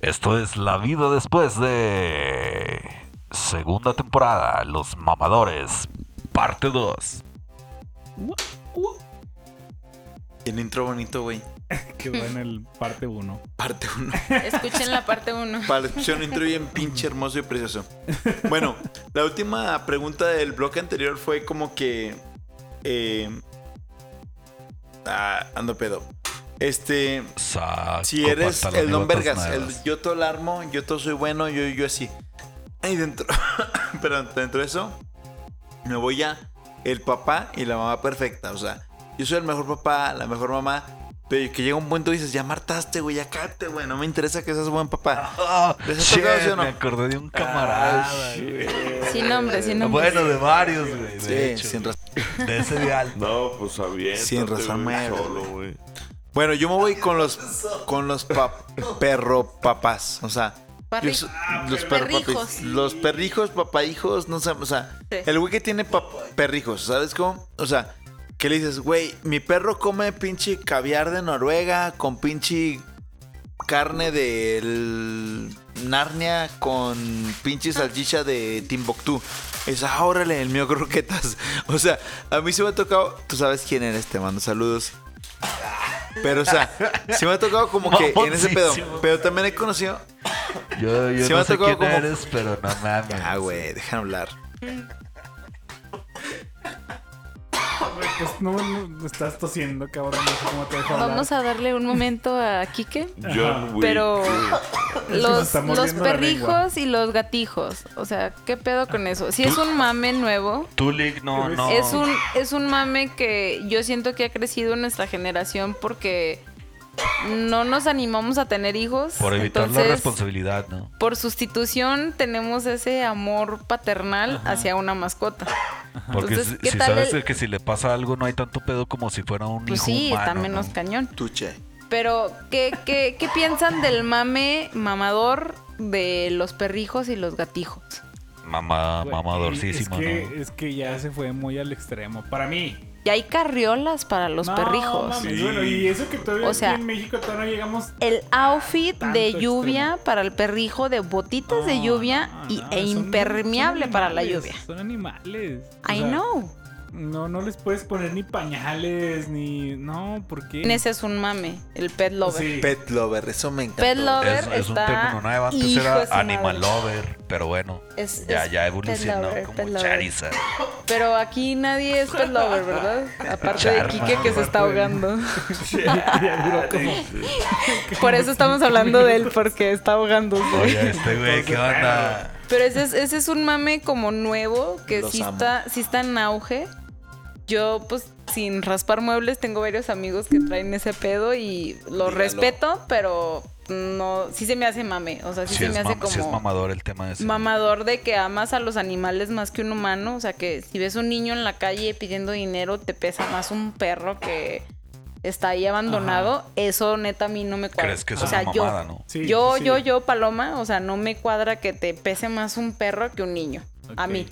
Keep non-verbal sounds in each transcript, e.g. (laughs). Esto es La Vida Después de... Segunda temporada, Los Mamadores, parte 2. Tiene intro bonito, güey. Que va en el parte 1. Parte (laughs) 1. Escuchen la parte 1. un intro bien pinche hermoso y precioso. Bueno, la última pregunta del bloque anterior fue como que. eh, ah, ando pedo. Este. Si eres el don Vergas, el yo todo la armo, yo todo soy bueno, yo, yo así. Ahí dentro. (coughs) Pero dentro de eso, me voy a el papá y la mamá perfecta. O sea, yo soy el mejor papá, la mejor mamá. Pero que llega un punto y dices, ya martaste, güey, ya cállate, güey. No me interesa que seas buen papá. ¿Les ha tocado, sí o no? Me acordé de un camarada. Ah, güey. Sin nombre, sin nombre. bueno, de varios, güey. De Sí, hecho, sin razón. De ese de alto. No, pues (laughs) aviéntate, Sin razón, güey, mero, solo, güey. güey. Bueno, yo me voy con los con los pa- perro papás. O sea, Parri- yo so- los perro perrijos. papis. Los perrijos, papahijos, no sé, o sea, Sí. el güey que tiene pa- perrijos, ¿sabes cómo? O sea, que le dices, güey, mi perro come pinche caviar de Noruega con pinche carne del Narnia con Ah. pinche salchicha de Timbuktu. Es órale, el mío croquetas. (laughs) O sea, a mí se me ha tocado, tú sabes quién eres, te mando saludos. Pero, o sea, se me ha tocado como que en ese pedo. Mamoncísimo. Pero también he conocido. Yo, yo Se me no ha sé quién tocado como- eres, pero no mames. Ah, güey, déjame hablar. Pues no, no, estás tosiendo, cabrón. No sé cómo te dejo hablar. Vamos a darle un momento a Quique. John Wick. Pero que nos los, está los mordiendo la perrijos y los gatijos. O sea, ¿qué pedo con eso? Si es un mame nuevo, Tulik, no, no. es un, es un mame que yo siento que ha crecido en nuestra generación porque no nos animamos a tener hijos. Por evitar la entonces, responsabilidad, ¿no? por sustitución tenemos ese amor paternal hacia una mascota. Porque Entonces, si, ¿qué si tal sabes el- que si le pasa algo no hay tanto pedo como si fuera un Pues hijo sí, humano. está menos ¿no? cañón. Tuche. Pero, ¿qué, qué, qué piensan del mame mamador de los perrijos y los gatijos? Mamá, Güey, mamadorcísimo, es que, ¿no? es que ya se fue muy al extremo. Para mí. Y hay carriolas para los No, perrijos. mames, bueno, y eso que todavía O aquí sea, en México todavía no llegamos. El outfit Tanto de lluvia extremo. para el perrijo, de botitas de No, lluvia no, y- no, e son- impermeable son para la animales, lluvia. Son animales. O I sea, know. No, no les puedes poner ni pañales, ni. No, porque. Ese es un mame, el pet lover. Sí. Pet lover, eso me encanta. Pet lover Es, es un está- término nuevo, antes hijo era de su animal madre. lover, pero bueno, Es- ya, es ya evolucionó pet lover, pet como lover. Charizard. Pero aquí nadie es pet lover, ¿verdad? (laughs) Aparte de Charma, Quique que se está aparte de- ahogando. (laughs) Ya duró (laughs) como. Por eso (laughs) estamos hablando de él, porque está ahogándose. Oye, este güey, ¿qué onda? Pero ese es, ese es un mame como nuevo que Los sí amo. está, sí está en auge. Yo, pues, sin raspar muebles, tengo varios amigos que traen ese pedo y Dígalo. lo respeto, pero no, sí se me hace mame. O sea, sí Si se es, me hace mam- como si es mamador el tema de ese. mamador de que amas a los animales más que un humano. O sea, que si ves un niño en la calle pidiendo dinero, te pesa más un perro que está ahí abandonado. Eso neta a mí no me cuadra. Crees que es o sea, una yo- mamada, ¿no? Sí, yo, sí. yo, yo, Paloma, o sea, no me cuadra que te pese más un perro que un niño. A Ok. mí.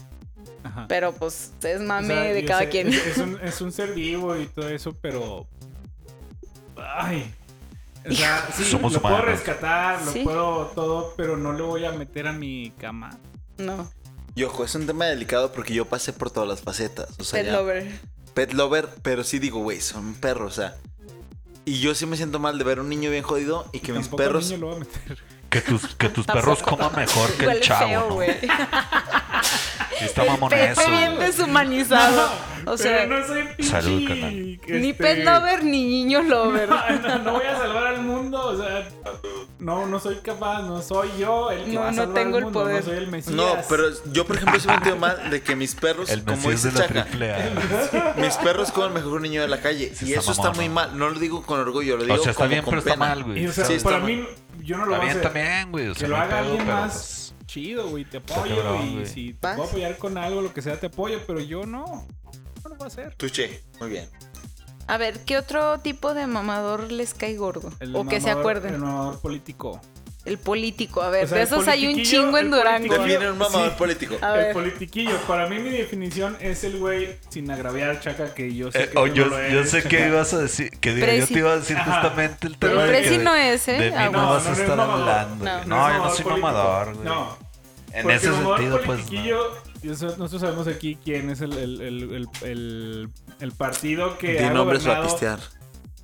Ajá. Pero pues es O mame sea, de yo cada sé, quien. (laughs) Es, es (laughs) un, es un ser vivo y todo eso, pero. Ay. O sea, sí, Somos lo puedo humanos. rescatar, lo Sí. puedo todo, pero no le voy a meter a mi cama. No, Y ojo, es un tema delicado porque yo pasé por todas las facetas. O sea, pet ya- lover. pet lover, pero sí digo, güey, son perros, o sea. Y yo sí me siento mal de ver un niño bien jodido y que mis Tampoco al perros. niño lo voy a meter. Que tus, que (laughs) tus perros coman mejor que el Huele chavo, feo, ¿no? güey. (laughs) Sí está El mamón pez eso, bien güey. (laughs) deshumanizado. (laughs) o sea, pero no soy pinche. Salud, carnal. ni este, pet lover ni niño lover. (laughs) No, no, no voy a salvar al mundo, o sea, no, no soy capaz, no soy yo el que No, va a no salvar tengo al el mundo, poder. no soy el Mesías. No, pero yo, por ejemplo, sí me siento mal de que mis perros, El como mesías dice de la Chaca, triple A. mis perros comen mejor que un niño de la calle. Sí y está eso está mamón, muy ¿no? mal. No lo digo con orgullo, lo digo O sea, está como bien, con pero está pena. mal, güey. Y, o sea, Está Sí, está para mal. mí, yo no lo voy a bien hacer. también, güey. O sea, que lo no hay haga pedo, alguien pero, pues, más chido, güey, te apoyo cabrón, y güey. si te ¿Vas? puedo apoyar con algo, lo que sea, te apoyo, pero yo no, no lo voy a hacer. Tuche, muy bien. A ver, ¿qué otro tipo de mamador les cae gordo? El o que mamador- se El acuerden. mamador político. El político, a ver, O sea, de el esos hay un politiquillo, chingo en el Durango. politiquillo. Define un mamador Sí. político. A el ver. politiquillo, para mí mi definición es el güey sin agraviar chaca que yo sé Eh, que oh, yo, yo, no lo yo es, sé que Chaca. ibas a decir, que digo, yo Presi. te iba a decir Ajá. justamente el Pero tema el de presi que no es, ¿eh? De mí Ah, no, bueno. vas a No, no, no es estar mamador. hablando. güey. No. No, es yo no soy político. mamador, güey. No. En porque ese el mamador sentido, pues. no. politiquillo, yo sé- nosotros sabemos aquí quién es el, el, el, el, el- el partido que Di ha nombres va a gobernado pistear.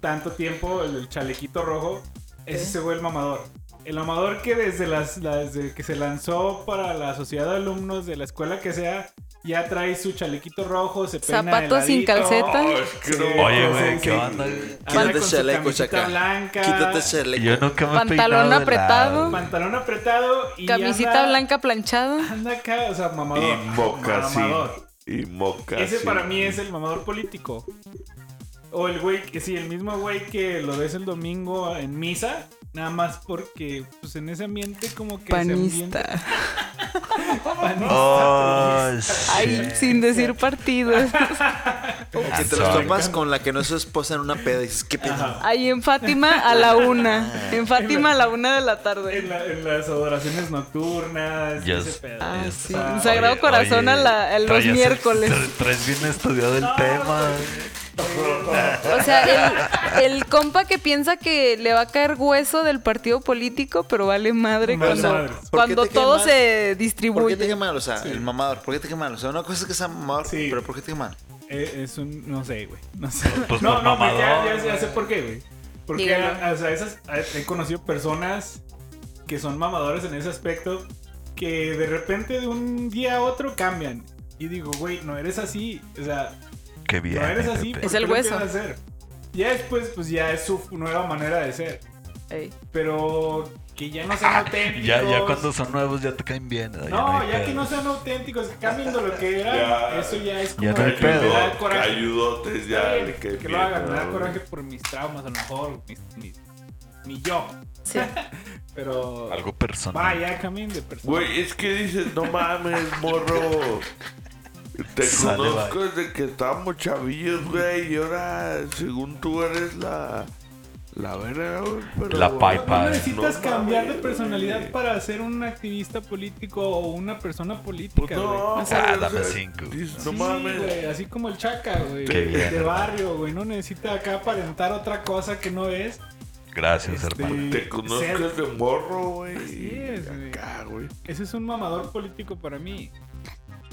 tanto tiempo, el, el chalequito rojo, es ese güey el mamador. El mamador que desde las, las de que se lanzó para la sociedad de alumnos de la escuela que sea, ya trae su chalequito rojo, se peina Zapatos sin de ladito. calceta. Sí, Oye, sí, güey, sí. ¿qué onda? güey? Anda Quítate con su chaleco, camisita chaca. blanca, Quítate chaleco. Yo nunca me he Pantalón peinado de apretado. lado, güey. Pantalón apretado y Camisita anda- blanca planchada. Anda acá, o sea, mamador. Y mocasín. Mamador. Y mocasín. Ese para mí es el mamador político. O el güey, que sí, el mismo güey que lo ves el domingo en misa, nada más porque, pues en ese ambiente como que se Panista. ambienta panista. Oh, Ay, shit. sin decir partidos. Que Ah, te los Sorry. topas con la que no es su esposa en una peda y dices, ¿qué pedo? Ahí en Fátima a la una. (laughs) En Fátima a la una de la En, tarde. la- en las adoraciones nocturnas, Yo ese sé. pedo. Ah, O sí. sea, Un Sagrado Corazón a la- a los traes- miércoles. tra- Traes bien estudiado el tema. O sea, el, el compa que pienza que le va a caer hueso del partido político, pero vale madre Vale cuando, madre. ¿Por qué cuando te cae todo mal? se ¿Por qué te distribuye. quema mal? O sea, el mamador, ¿por qué te quema mal? O sea, una cosa es que sea mamador, Sí. pero ¿por qué te quema mal? Es, Eh, es un, no sé, güey. No sé. Pues no, por no, pues, ya, mamador, ya- ya sé por qué, güey. Porque, Dígalo. o sea, esas, eh, he conocido personas que son mamadores en ese aspecto que de repente de un día a otro cambian. Y digo, güey, no eres así. O sea, Qué bien. no eres así. Pepe. ¿por Es qué el lo hueso. empiezas a hacer? Ya después, pues ya es su nueva manera de ser. Ey. Pero que ya no sean (laughs) auténticos. Ya, ya cuando son nuevos ya te caen bien. ya No, hay ya que pedo. no sean auténticos, que cambien de lo que eran, Ya. eso ya es como Ya no hay que pedo. me da coraje. Ayudotes ya. Está bien, de que, bien, lo hagan, me da ¿no? coraje por mis traumas, a lo mejor, mis- mi, mi yo. Sí. Pero. Algo personal. Vaya, camino de persona. Güey, es que dices, no mames, morro. Te Sale, conozco desde que estábamos chavillos, güey. Y ahora, según tú eres la. La verga, güey. pero- La No, pipa. no Ay, necesitas no cambiar de mames, personalidad güey. para ser un activista político o una persona política, Pues güey. no, O sea, güey, o Ah, dame sea, cinco. Sí, dices, no mames. güey, así como el chaca, güey. Qué bien, De hermano. barrio, güey. No necesita acá aparentar otra cosa que no es. Gracias, Este, hermano. Te conozco ser- desde morro, güey. Así es, y güey. Acá, güey. Ese es un mamador político para mí.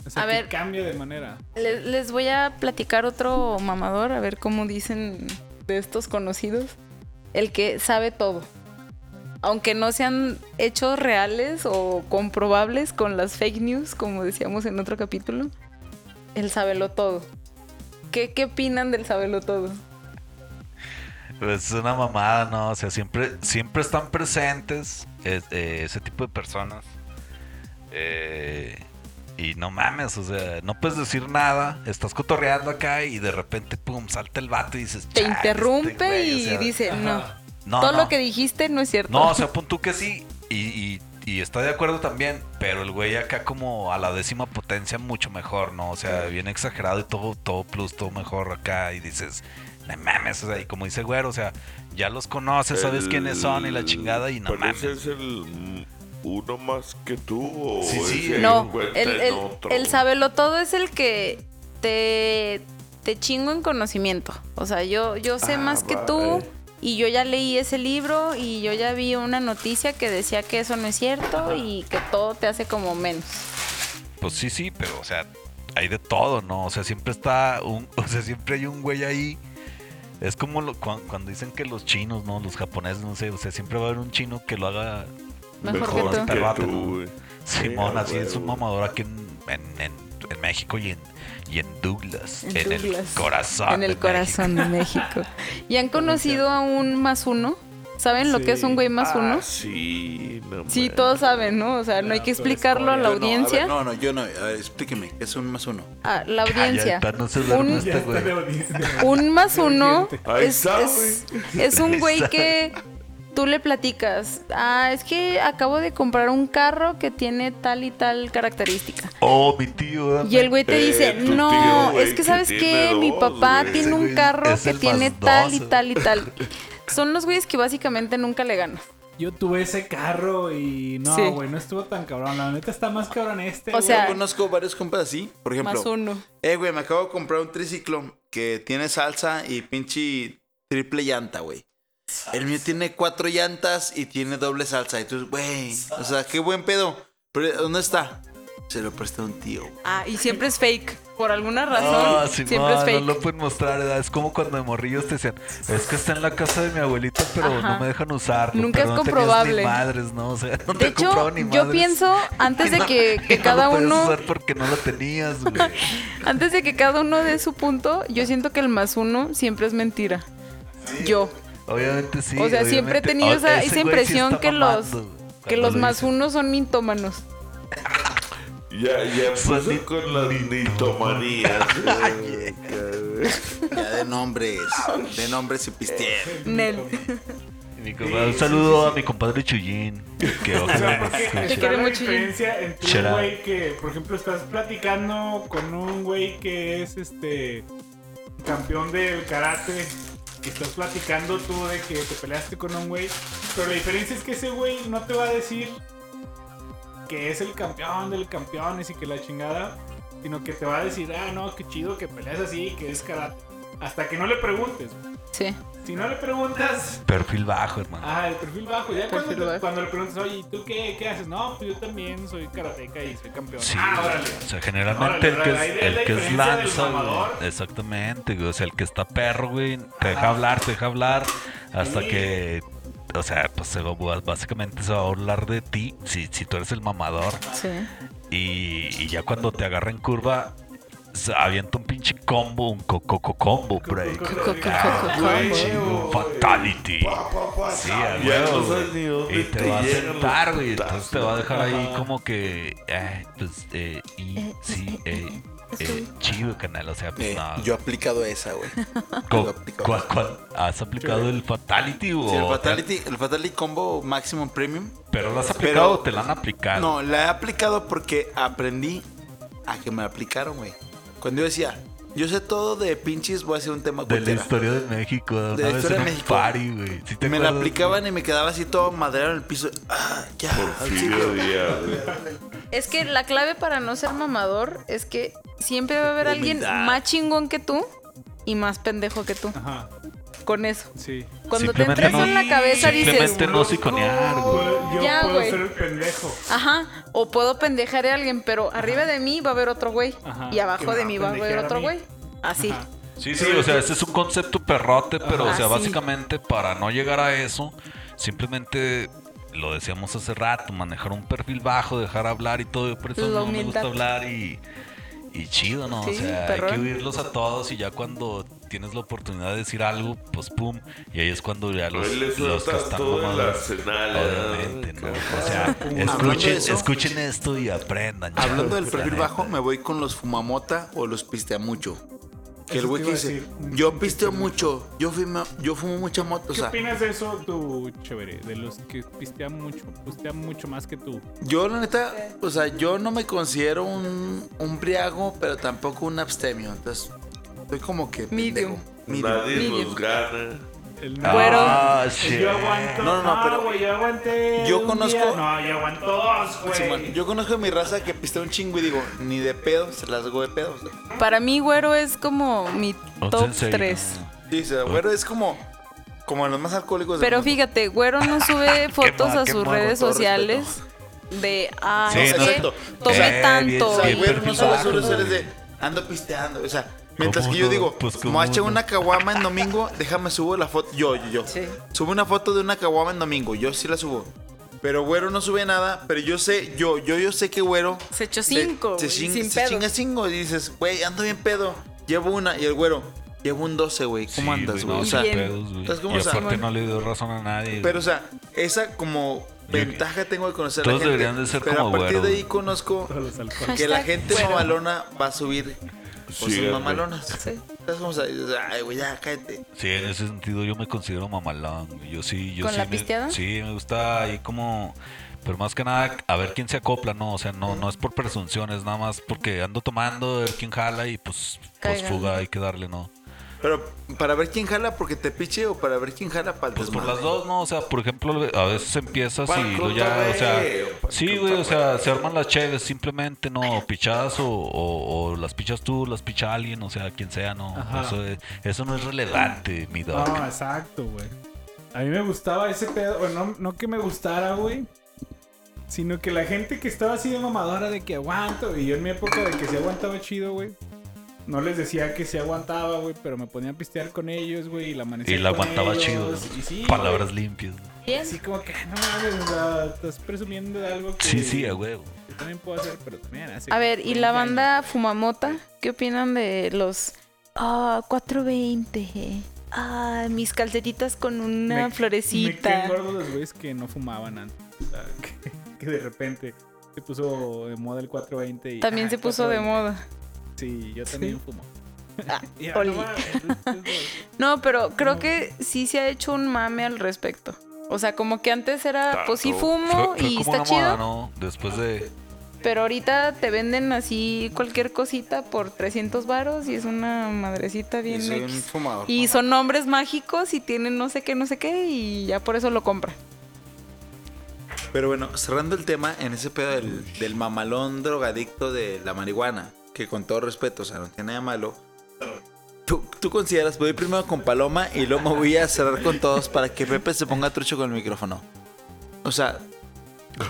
O sea, A que ver. cambia de manera. Les, les voy a platicar otro mamador, a ver cómo dicen de estos conocidos. El que sabe todo. Aunque no sean hechos reales o comprobables con las fake news, como decíamos en otro capítulo, el sabelo todo. ¿Qué, qué opinan del sabelo todo? Pues es una mamada, ¿no? O sea, siempre, siempre están presentes es- eh, ese tipo de personas. Eh, y no mames, o sea, no puedes decir nada. Estás cotorreando acá y de repente, pum, salta el vato y dices. Te "Chale, este interrumpe güey", o y sea, dice, Ajá. Eh, no, "No, todo no". lo que dijiste no es cierto. No, o sea, pon tú que sí. Y, y, y está de acuerdo también. Pero el güey acá como a la décima potencia mucho mejor, ¿no? O sea, bien exagerado y todo, todo plus, todo mejor acá. Y dices, no mames. O sea, y como dice güero, o sea, ya los conoces, sabes El- quiénes son y la chingada y no pero ese mames. es el mm, uno más que tú o Sí, sí, eh. ese No, encuentra el, en el, otro? el sabelo todo es el que te, te chingo en conocimiento. O sea, yo, yo sé Ah, más que va, tú eh. y yo ya leí ese libro y yo ya vi una noticia que decía que eso no es cierto y que todo te hace como menos. Pues sí, sí, pero o sea, hay de todo, ¿no? O sea, siempre está un, (laughs) o sea, siempre hay un güey ahí. Es como lo- cuan- cuando dicen que los chinos, ¿no? Los japoneses, no sé, o sea, siempre va a haber un chino que lo haga Mejor que tú. Mejor. Pervate, ¿no? güey. Simón, Sí, a así es un huevo. mamador aquí en, en- en- en México y en, y en Douglas. En, En Douglas. el corazón. en el de corazón de México. ¿Y han conocido a un más uno? ¿Saben lo que es un güey más Ah, uno? Sí, no Sí, mames. todos saben, ¿no? O sea, no hay que explicarlo a Yo la no, a ver, audiencia. No, no, yo no. A ver, explíqueme. Es un más uno. A México. Ah, ya la audiencia. está, no se Un- duerme Ya este está (laughs) de güey. audiencia. Un más uno Ahí es, está, es- es un güey que tú le platicas. Ah, es que acabo de comprar un carro que tiene tal y tal característica. Oh, mi tío. Y el güey te Eh, dice, tu no, tío, güey, es que que sabes tiene que mi dos, papá güey. tiene Ese un güey carro es que el tiene más tal y dos. tal y tal. Son los güeyes que básicamente nunca le ganas. Yo tuve ese carro y no, Sí. güey, no estuvo tan cabrón. La neta está más cabrón este. O güey. sea, Yo conozco varios compas así, por ejemplo. más uno. Eh, güey, me acabo de comprar un triciclo que tiene salsa y pinche triple llanta, güey. El mío tiene cuatro llantas y tiene doble salsa. Y tú, güey, o sea, qué buen pedo. Pero, ¿dónde está? Se lo presta un tío. güey. Ah, y siempre es fake. Por alguna razón, No, Ah, Simón, siempre es fake. no lo pueden mostrar, ¿verdad? Es como cuando de morrillos te decían, es que está en la casa de mi abuelita, pero Ajá. no me dejan usarlo. Nunca pero es no tenías ni comprobable. madres, ¿no? O sea, (laughs) no De te hecho, compraban ni yo madres. pienso, antes de No, que, (laughs) y (laughs) que no cada lo podías uno, usar porque no lo tenías, (laughs) güey. antes de que cada uno dé su punto, yo siento que el más uno siempre es mentira. Yo. Obviamente sí. O sea, siempre he obviamente. tenido O- esa- ese esa güey sí impresión está que los- mamando Que cuando los lo más dice. unos son mintómanos. (laughs) Ya, ya Son empezó ni- con las (laughs) nitomanías. eh, Ya de nombres, de nombres y pistear. Nel. Mi compadre- un saludo a mi compadre Chuyín. (laughs) Que O (laughs) sea, ojalá nos porque escuche. Te está quiero la mucho, Jim. diferencia entre Shout un out. güey que, por ejemplo, estás platicando con un güey que es este campeón del karate y estás platicando tú de que te peleaste con un güey, pero la diferencia es que ese güey no te va a decir que es el campeón del campeones y que la chingada, sino que te va a decir, ah, no, qué chido que peleas así, que es karate. Hasta que no le preguntes. Sí. Ah. Si no le preguntas, Perfil bajo, hermano. Ah, el perfil bajo. Ya Perfil cuando, bajo. cuando le preguntas, oye, ¿y tú qué, qué haces? No, pues yo también soy karateca y soy campeón. Sí, ah, güey. órale. o sea, generalmente Órale, el que órale, ahí es, es la el que es diferencia del lanza, güey. mamador. exactamente, güey, o sea, el que está perro, güey, te deja hablar, te deja hablar, hasta Sí. que, o sea, pues se va- básicamente se va a burlar de ti, si, si tú eres el mamador, Sí. y, y ya cuando te agarra en curva, se avienta un pinche combo, un cococo combo break, Ah, Co- co- co- co- co- güey, co- chingo, fatality, pa, pa, pa, Sí, pa, a ya huevo, no sabes güey. ni dónde y te, va a llegan los sentar, güey. putazos. Entonces te va a dejar ahí como que. Eh, pues, eh, y, sí, eh, eh, chido, canal. O sea, pues Eh, no. yo he aplicado esa, güey. Co- yo aplico. ¿cuál- cuál- ¿Has aplicado el Fatality o.? pues. Sí, el Fatality, el Fatality Combo Maximum Premium. ¿Pero lo has aplicado Pero- o te lo han aplicado? No, la he aplicado porque aprendí a que me la aplicaron, güey. Cuando yo decía, yo sé todo de pinches, voy a hacer un tema De la cultura. historia de México. De De una la vez historia en de un México. party, güey. ¿Sí te Me la acuerdas? aplicaban y me quedaba así todo madreado en el piso. Ah, ya. Porfirio Díaz, güey. Es que la clave para no ser mamador es que siempre va a haber alguien Humildad. más chingón que tú y más pendejo que tú. Ajá, Con eso. sí. Cuando te Simplemente entra eso no- en la cabeza dices, Simplemente no siconear, güey. Puedo- Yo Ya, puedo güey. ser el pendejo. ajá, o puedo pendejar a alguien, pero arriba de mí va a haber otro güey Ajá, y abajo que de me mí va a va a haber pendejear a otro mí. güey. Así. Ajá. Sí, sí, o sea, ese es un concepto perrote, pero o Ajá, sea, sí. básicamente para no llegar a eso, simplemente lo decíamos hace rato, manejar un perfil bajo, dejar hablar y todo, yo por eso La no me gusta humildad. hablar y, y chido, ¿no? o Sí, sea, hay que perrón. huirlos a todos y ya cuando tienes la oportunidad de decir algo, pues pum, y ahí es cuando ya los, Ahí les los que sueltas están todo el mamados, arsenal. Obviamente, ¿no? O sea, Hablando de escuchen, eso- escuchen esto y aprendan. chavos, Hablando del la perfil neta. bajo, me voy con los fumamota o los pistea mucho. Que el Eso güey te que iba a dice, decir. yo pisteo mucho, yo fumo, yo fumo mucha moto. O ¿Qué sea, opinas de eso, tú, chévere? De los que pistean mucho, pistean mucho más que tú. yo la neta, o sea, yo no me considero un, un briago, pero tampoco un abstemio. Entonces, estoy como que Medium. pendejo. Medium. ¿eh? Nadie Medium. nos gana. El Ah, Bueno. shit. Yo aguanto. No, no, no, ah, pero- güey, yo aguanté. Yo un conozco- día. No, yo aguanto dos, güey. Simón, yo conozco a mi raza que pistea un chingo y digo, ni de pedo, se las hago de pedo. o sea. Para mí güero es como mi Un top sensei, 3. ¿no? Sí, o sea, güero es como, como los más alcohólicos del Pero mundo. fíjate, güero no sube fotos mal, a (laughs) qué sus mal, con redes todo sociales de ah, Sí, es no, que exacto. Eh, tomé bien, O tanto. sea, bien y- güey, no perfil solo bajo, solo eres güey. de ando pisteando. O sea, mientras ¿Cómo que yo no? digo, Pues, ¿cómo me voy a echar no? una caguama en domingo, déjame subo la foto. Yo, yo, yo. Sí. Subo una foto de una caguama en domingo, yo sí la subo. Pero güero no sube nada, pero yo sé, yo, yo, yo sé que güero. Se echó se- cinco, Se, güey, chin- sin se pedo. chinga cinco y dices, güey, ando bien pedo. Llevo una, y el güero, llevo un 12, güey. ¿Cómo Sí, andas, güey, güey? no, O sin sea, bien. pedos, güey. ¿Estás como y o sea, aparte Simón? no le dio razón a nadie. pero, güey. o sea, esa como ventaja tengo de conocer a la Todos gente. deberían de ser pero como a partir Güero, de ahí güey. conozco Todos los alcohol. que la Hashtag gente fuera. mamalona va a subir pues, sus Síganme. mamalonas. Sí. ¿Sabes cómo se dice? Ay, güey, ya cállate. Sí, en ese sentido yo me considero mamalón. güey. Yo sí, yo ¿Con sí. la me- pisteada? sí, me gusta ahí como. Pero más que nada, a ver quién se acopla, ¿no? O sea, no, no es por presunciones, nada más porque ando tomando, a ver quién jala y pues, pues Caigan. fuga hay que darle, ¿no? Pero para ver quién jala porque te piche o para ver quién jala para el Pues por desmadre? las dos, ¿no? O sea, por ejemplo, a veces empiezas Para y luego ya, o sea, cotorreo, para sí, güey, o sea, cotorreo. se arman las cheves, simplemente, no, pichadas o, o- o las pichas tú, las picha alguien, o sea, quien sea, no, Ajá. eso, es- eso no es relevante, mi dog. No, exacto, güey. A mí me gustaba ese pedo, o no, no que me gustara, güey. Sino que la gente que estaba así de mamadora de que aguanto, y yo en mi época de que se aguantaba chido, güey. No les decía que se aguantaba, güey, pero me ponía a pistear con ellos, güey, y la amanecía y la con aguantaba ellos, chido, ¿no? y sí, palabras limpias. ¿no? güey, Así como que, "Ah, no mames, o sea, estás presumiendo de algo que Sí, sí, a huevo. yo también puedo hacer, pero también hace A ver, ¿y la 20 años. banda Fumamota? ¿Qué opinan de los... Ah, 420. Ah, mis calcetitas con una Me- Me florecita. caen gordos los güeyes que no fumaban antes. o sea, (laughs) Que, que de repente se puso de moda el 420. Y, También ah, se puso de 420. moda. Sí, yo también fumo. Ah, (laughs) Y, ah, Oli. no (laughs) mames, No, pero creo No. que sí se ha hecho un mame al respecto. O sea, como que antes era, pues sí Tanto. fumo Fue- fue y como está una chido, moda, ¿no? Después de... pero ahorita te venden así cualquier cosita por 300 varos y es una madrecita bien Y soy un X. fumador. Y son nombres mágicos y tienen no sé qué, no sé qué y ya por eso lo compra. Pero bueno, cerrando el tema en ese pedo del, del mamalón drogadicto de la marihuana, que con todo respeto, o sea, no tiene nada malo. ¿Tú, tú consideras, voy primero con Paloma y luego me voy a cerrar con todos para que Pepe se ponga trucho con el micrófono. O sea,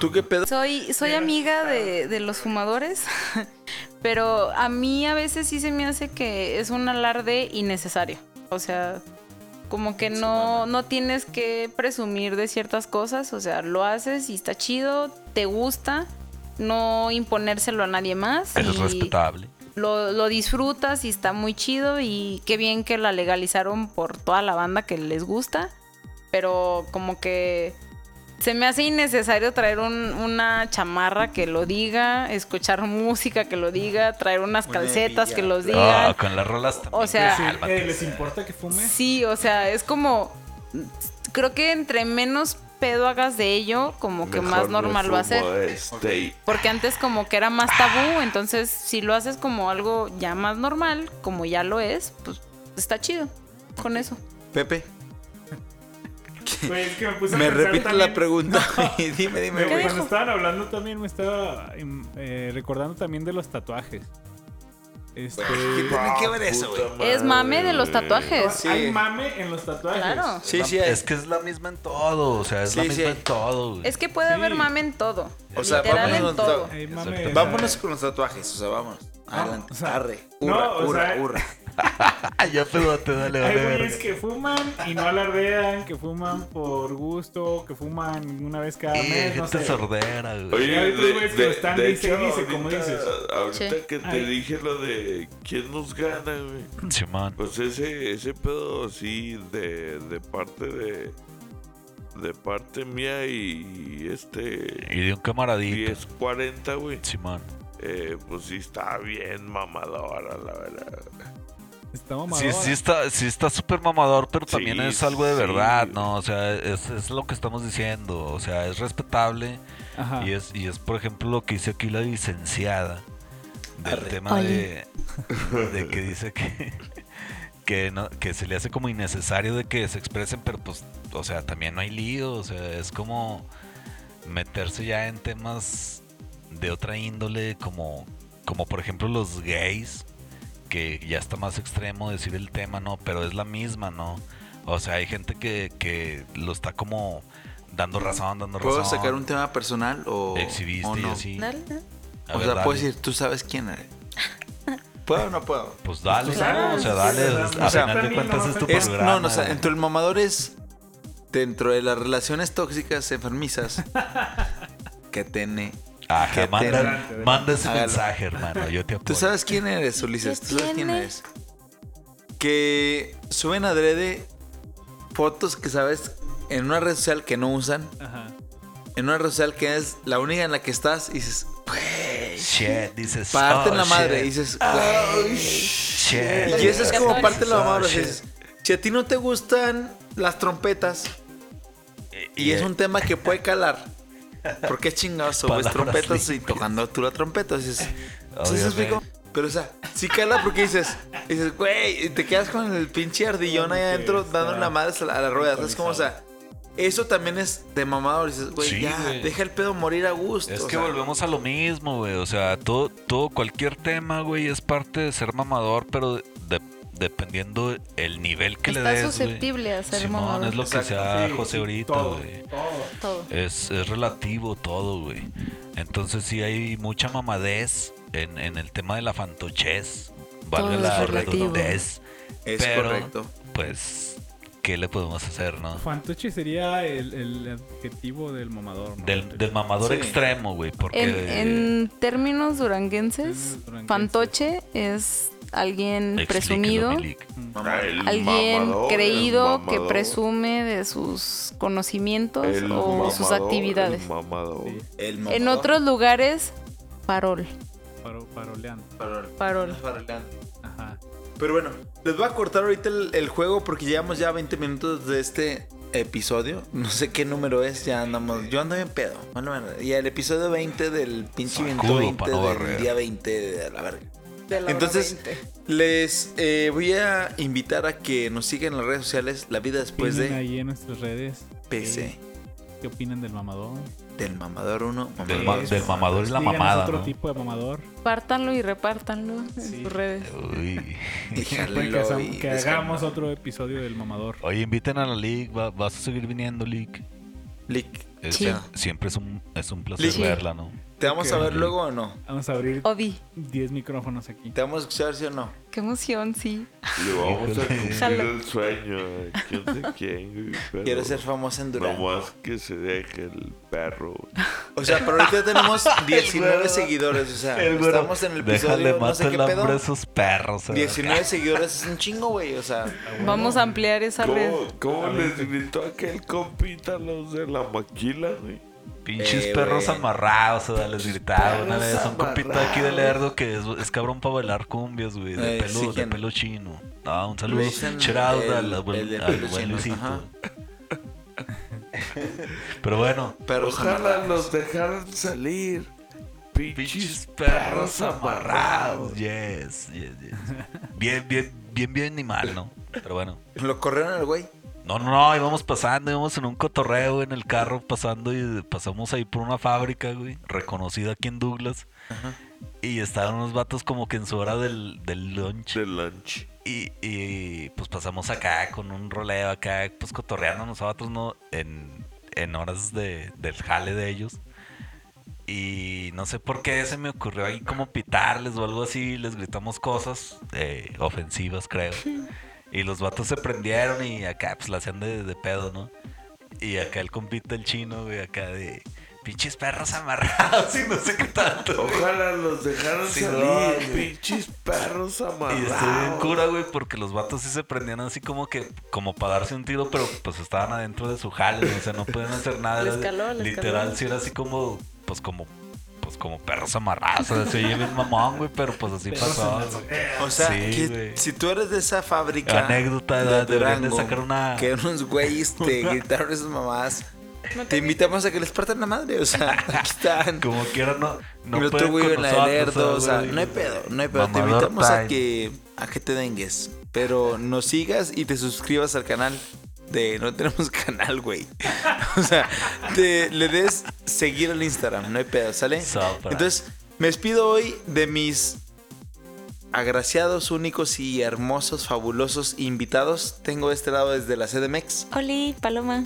¿tú qué pedo? Soy, soy amiga de, de los fumadores, (laughs) pero a mí a veces sí se me hace que es un alarde innecesario. O sea, como que no, no tienes que presumir de ciertas cosas. O sea, lo haces y está chido, te gusta, no imponérselo a nadie más. Es y respetable. Lo, lo disfrutas y está muy chido y qué bien que la legalizaron por toda la banda que les gusta, pero como que se me hace innecesario traer un- una chamarra que lo diga, escuchar música que lo diga, traer unas Una calcetas hebilla, que los Ah, digan. con las rolas también. O sea, güey, güey. cálmate. Eh, ¿Les importa que fume? Sí, o sea, es como. Creo que entre menos pedo hagas de ello, como que más Mejor me normal va a ser. fumo este y- Porque antes como que era más tabú, entonces si lo haces como algo ya más normal, como ya lo es, pues está chido con eso. Pepe, Güey, es que me puse a me pensar repite también- (laughs) la pregunta. güey. dime, Güey, dime, ¿Qué güey. dijo? Cuando estaban hablando también me estaba em, eh, recordando también de los tatuajes. Este, ¿Qué tiene que ver eso, güey? Puta Es mame de los tatuajes. Sí. Hay mame en los tatuajes. Claro. Sí, sí, Es que es la misma en todo, o sea, es la Sí, misma sí. en todo. güey. Es que puede Sí. haber mame en todo. O sea, literal vámonos en con todo. todo. Hay mame- Exacto. Vámonos con los tatuajes, o sea, vámonos. Adelante, Ah, o sea, arre, no, hurra, o hurra, sea, hurra. Ah, ya te dale, Hay dale. güeyes que fuman y no alardean, que fuman por gusto, que fuman una vez cada mes, no gente sé. sordera, güey. Y hay Oye, otros de, güeyes que de- lo están de dice y hecho, dice, como ahorita- dices. Ahorita Sí. que te Ay. dije lo de quién nos gana, güey. Simón. Pues ese, ese pedo sí de, de parte de de parte mía y este Y de un camaradito. 1040, güey. Simón. Eh, pues sí está bien mamadora, la verdad. Está mamador. Sí, sí está, sí está súper mamador, pero Sí, también es algo de sí. verdad, ¿no? O sea, es, es lo que estamos diciendo. O sea, es respetable. Ajá. Y es, y es, por ejemplo, lo que hizo aquí la licenciada. Del tema de, Oye. de que dice que, (laughs) que, no, que se le hace como innecesario de que se expresen, pero pues, o sea, también no hay lío. O sea, es como meterse ya en temas de otra índole, como, como por ejemplo los gays, que ya está más extremo decir el tema, ¿no? Pero es la misma, ¿no? O sea, hay gente que, que lo está como dando razón, dando razón. ¿Puedo sacar un tema personal o, Exhibiste o y no? así. Dale, dale. A o ver, sea, dale. puedo decir, tú sabes quién eres. ¿Puedo o no puedo? Pues dale, Claro, o sea, sí, dale. sí, a sí. final O sea, de cuentas es tu Es- programa. no, no, o sea, güey. entre el mamador es dentro de las relaciones (laughs) tóxicas enfermizas que tiene. Ajá, que te- manda, Adelante, manda ese Hágalo. mensaje, hermano. Yo te apoyo. Tú sabes quién eres, Ulises, ¿Qué tú sabes quién tiene? eres. Que suben adrede fotos que sabes en una red social que no usan, Ajá. en una red social que es la única en la que estás y dices, güey, Shit, dices. parte oh, en la madre, y shit, Oh, dices, güey. shit. Y eso es como Católica. parte de la mamá. Oh, shit. Si a ti no te gustan las trompetas, y es un tema que puede calar. ¿Por qué chingados (laughs) subes Palabras trompetas y limpias. tocando tú la trompeta? Dices, ¿sí se Obviamente. explico? Pero, o sea, sí cala porque dices, Y dices, güey, y te quedas con el pinche ardillón ahí Porque adentro está dándole la madre a la, a la rueda. Es como, o sea, eso también es de mamador. Dices, güey, Sí, ya, güey. deja el pedo morir a gusto. Es o que sea. volvemos a lo mismo, güey. O sea, todo, todo, cualquier tema, güey, es parte de ser mamador, pero de- dependiendo el nivel que le Está des. güey. susceptible a ser Simón, mamador. es lo que Exacto, sea Sí, José sí, ahorita, todo, güey. todo. Todo. Es, es relativo todo, güey. Entonces sí hay mucha mamadez en, en el tema de la fantochés. Valga Todo la es relativo. redondez. Es pero, correcto. Pues, ¿qué le podemos hacer, no? Fantoche sería el, el adjetivo del mamador. ¿no? Del, del mamador Sí. extremo, güey. Porque... En, Eh, en términos duranguenses, Duranguenses. fantoche es alguien Explíquelo, presumido, Milik. Ah, el alguien mamador, el creído que mamador. presume de sus conocimientos El Pues, o sus mamador, actividades. el mamador. Sí, El En mamador. otros lugares, parol. paro- paroleando. Parol. Parol. Ajá. Pero bueno, les voy a cortar ahorita el, el juego porque llevamos ya 20 minutos de este episodio. No sé qué número es, ya andamos. Yo ando bien pedo. Bueno, bueno, y el episodio 20 del pinche Sacudo, 20 pa' no del barrer. día 20 de la verga. De la hora Entonces, 20. les eh, voy a invitar a que nos sigan en las redes sociales La Vida Pues Después Opinen de ahí en nuestras redes. PC, ¿Qué, qué opinan del mamador? del Mamador 1. Del, Mamador ma- dos. del mamador es la Díganos mamada, otro ¿no? tipo de mamador. pártanlo y repártanlo en Sí. sus redes. Uy. (laughs) Déjalo Pueden que, haza- y que descarga. hagamos otro episodio del mamador. Oye, inviten a la League. va- vas a seguir viniendo, League. Lick, Es- Sí. Siempre es un, es un placer Lick. verla, ¿no? ¿Te vamos Ok. a ver luego o no? Vamos a abrir Odi, 10 micrófonos aquí. ¿Te vamos a escuchar sí o no? qué emoción, sí. Le vamos a Híjole. cumplir Jalo. el sueño a quién sé quién, güey, pero Quiero ser famosa en Durango. Nomás que se deje el perro. O sea, pero ahorita tenemos 19 seguidores. O sea, estamos en el episodio. Déjale no sé matar qué el hambre a pedo. esos perros. eh. 19 seguidores es un chingo, güey. O sea, Vamos a ampliar esa red. ¿Cómo, cómo les gritó aquel compita a los de la maquila, güey? Pinches Eh, perros güey. amarrados, o sea, les gritaba una perros vez a un compito amarrados. aquí de Lerdo que es, es cabrón para bailar cumbias, güey, de Eh, pelo, sí, de ¿quién? pelo chino. Ah, un saludo. Le dicen Shout out el- al, buen- el de al pelo buen chino, Luisito. ajá. (laughs) Pero bueno, perros Ojalá amarrados. los dejaran salir. pinches perros amarrados. Yes, yes, yes. Bien, bien, bien, bien animal, ¿no? Pero bueno. Lo corrieron al güey. No, no, no, íbamos pasando, íbamos en un cotorreo en el carro pasando y pasamos ahí por una fábrica, güey, reconocida aquí en Douglas. Y estaban unos vatos como que en su hora del, del lunch. De lunch. Y, y, pues pasamos acá con un roleo acá, pues cotorreando nosotros, ¿no? En, en horas de, del jale de ellos. Y no sé por qué se me ocurrió ahí como pitarles o algo así, les gritamos cosas eh, ofensivas, creo. Y los vatos se prendieron y acá pues la hacían de, de pedo, ¿no? Y acá el compito, el chino, güey, acá de pinches perros amarrados (laughs) y no sé qué tanto. güey. Ojalá los dejaran Sí, salir. no, güey. Pinches perros Ah, Y estoy bien amarrados. cura, güey, porque los vatos sí se prendían así como que, como para darse un tiro, pero pues estaban adentro de su jale, ¿no? o sea, no podían hacer nada. Les Era- caló, les literal, caló. sí era así como, pues como, pues como perros amarrados, o sea, se oye bien mamón, güey, pero pues así pasó. güey. O sea, Sí, que güey. si tú eres de esa fábrica. Anécdota, de ¿verdad? Deberían de Durango, sacar una- Que unos (laughs) güeyes te gritaron esas mamás. Te invitamos a que les partan la madre. O sea, (laughs) aquí están. Como quiera, no, no Y el pueden otro güey con en la de nosotros, Lerdo, o sea, güey. no hay pedo, no hay pedo. Te Mamador invitamos a time. que, a que te dengues, pero nos sigas y te suscribas al canal de No Tenemos (laughs) Canal, güey. O sea, te, le des seguir al Instagram, no hay pedo, ¿sale? Sopra. Entonces, me despido hoy de mis agraciados, únicos y hermosos, fabulosos invitados. Tengo de este lado desde la CDMX, Oli, Paloma.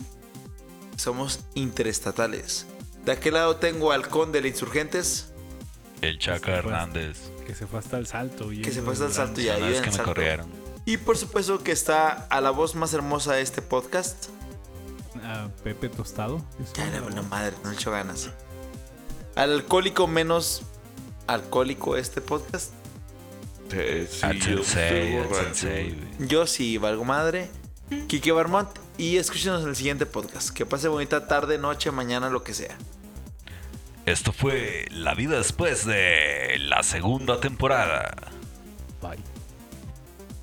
somos interestatales. De aquel lado tengo al Conde de Insurgentes. El Chaca Pues, Hernández. Que se fue hasta el salto. Que se fue hasta el salto y La ahí vez en que me salto. corrieron. Y por supuesto que está a la voz más hermosa de este podcast. A Pepe Tostado. que es Ya una la buena voz. madre, no le echo ganas. Al alcohólico menos alcohólico de este podcast. Eh, sí, Al yo estoy sensei, al borracho, sensei, güey. güey. Yo sí, valgo madre. Quique Barmont. Y escúchenos en el siguiente podcast. Que pase bonita tarde, noche, mañana, lo que sea. Esto fue La vida después de la segunda temporada. Bye.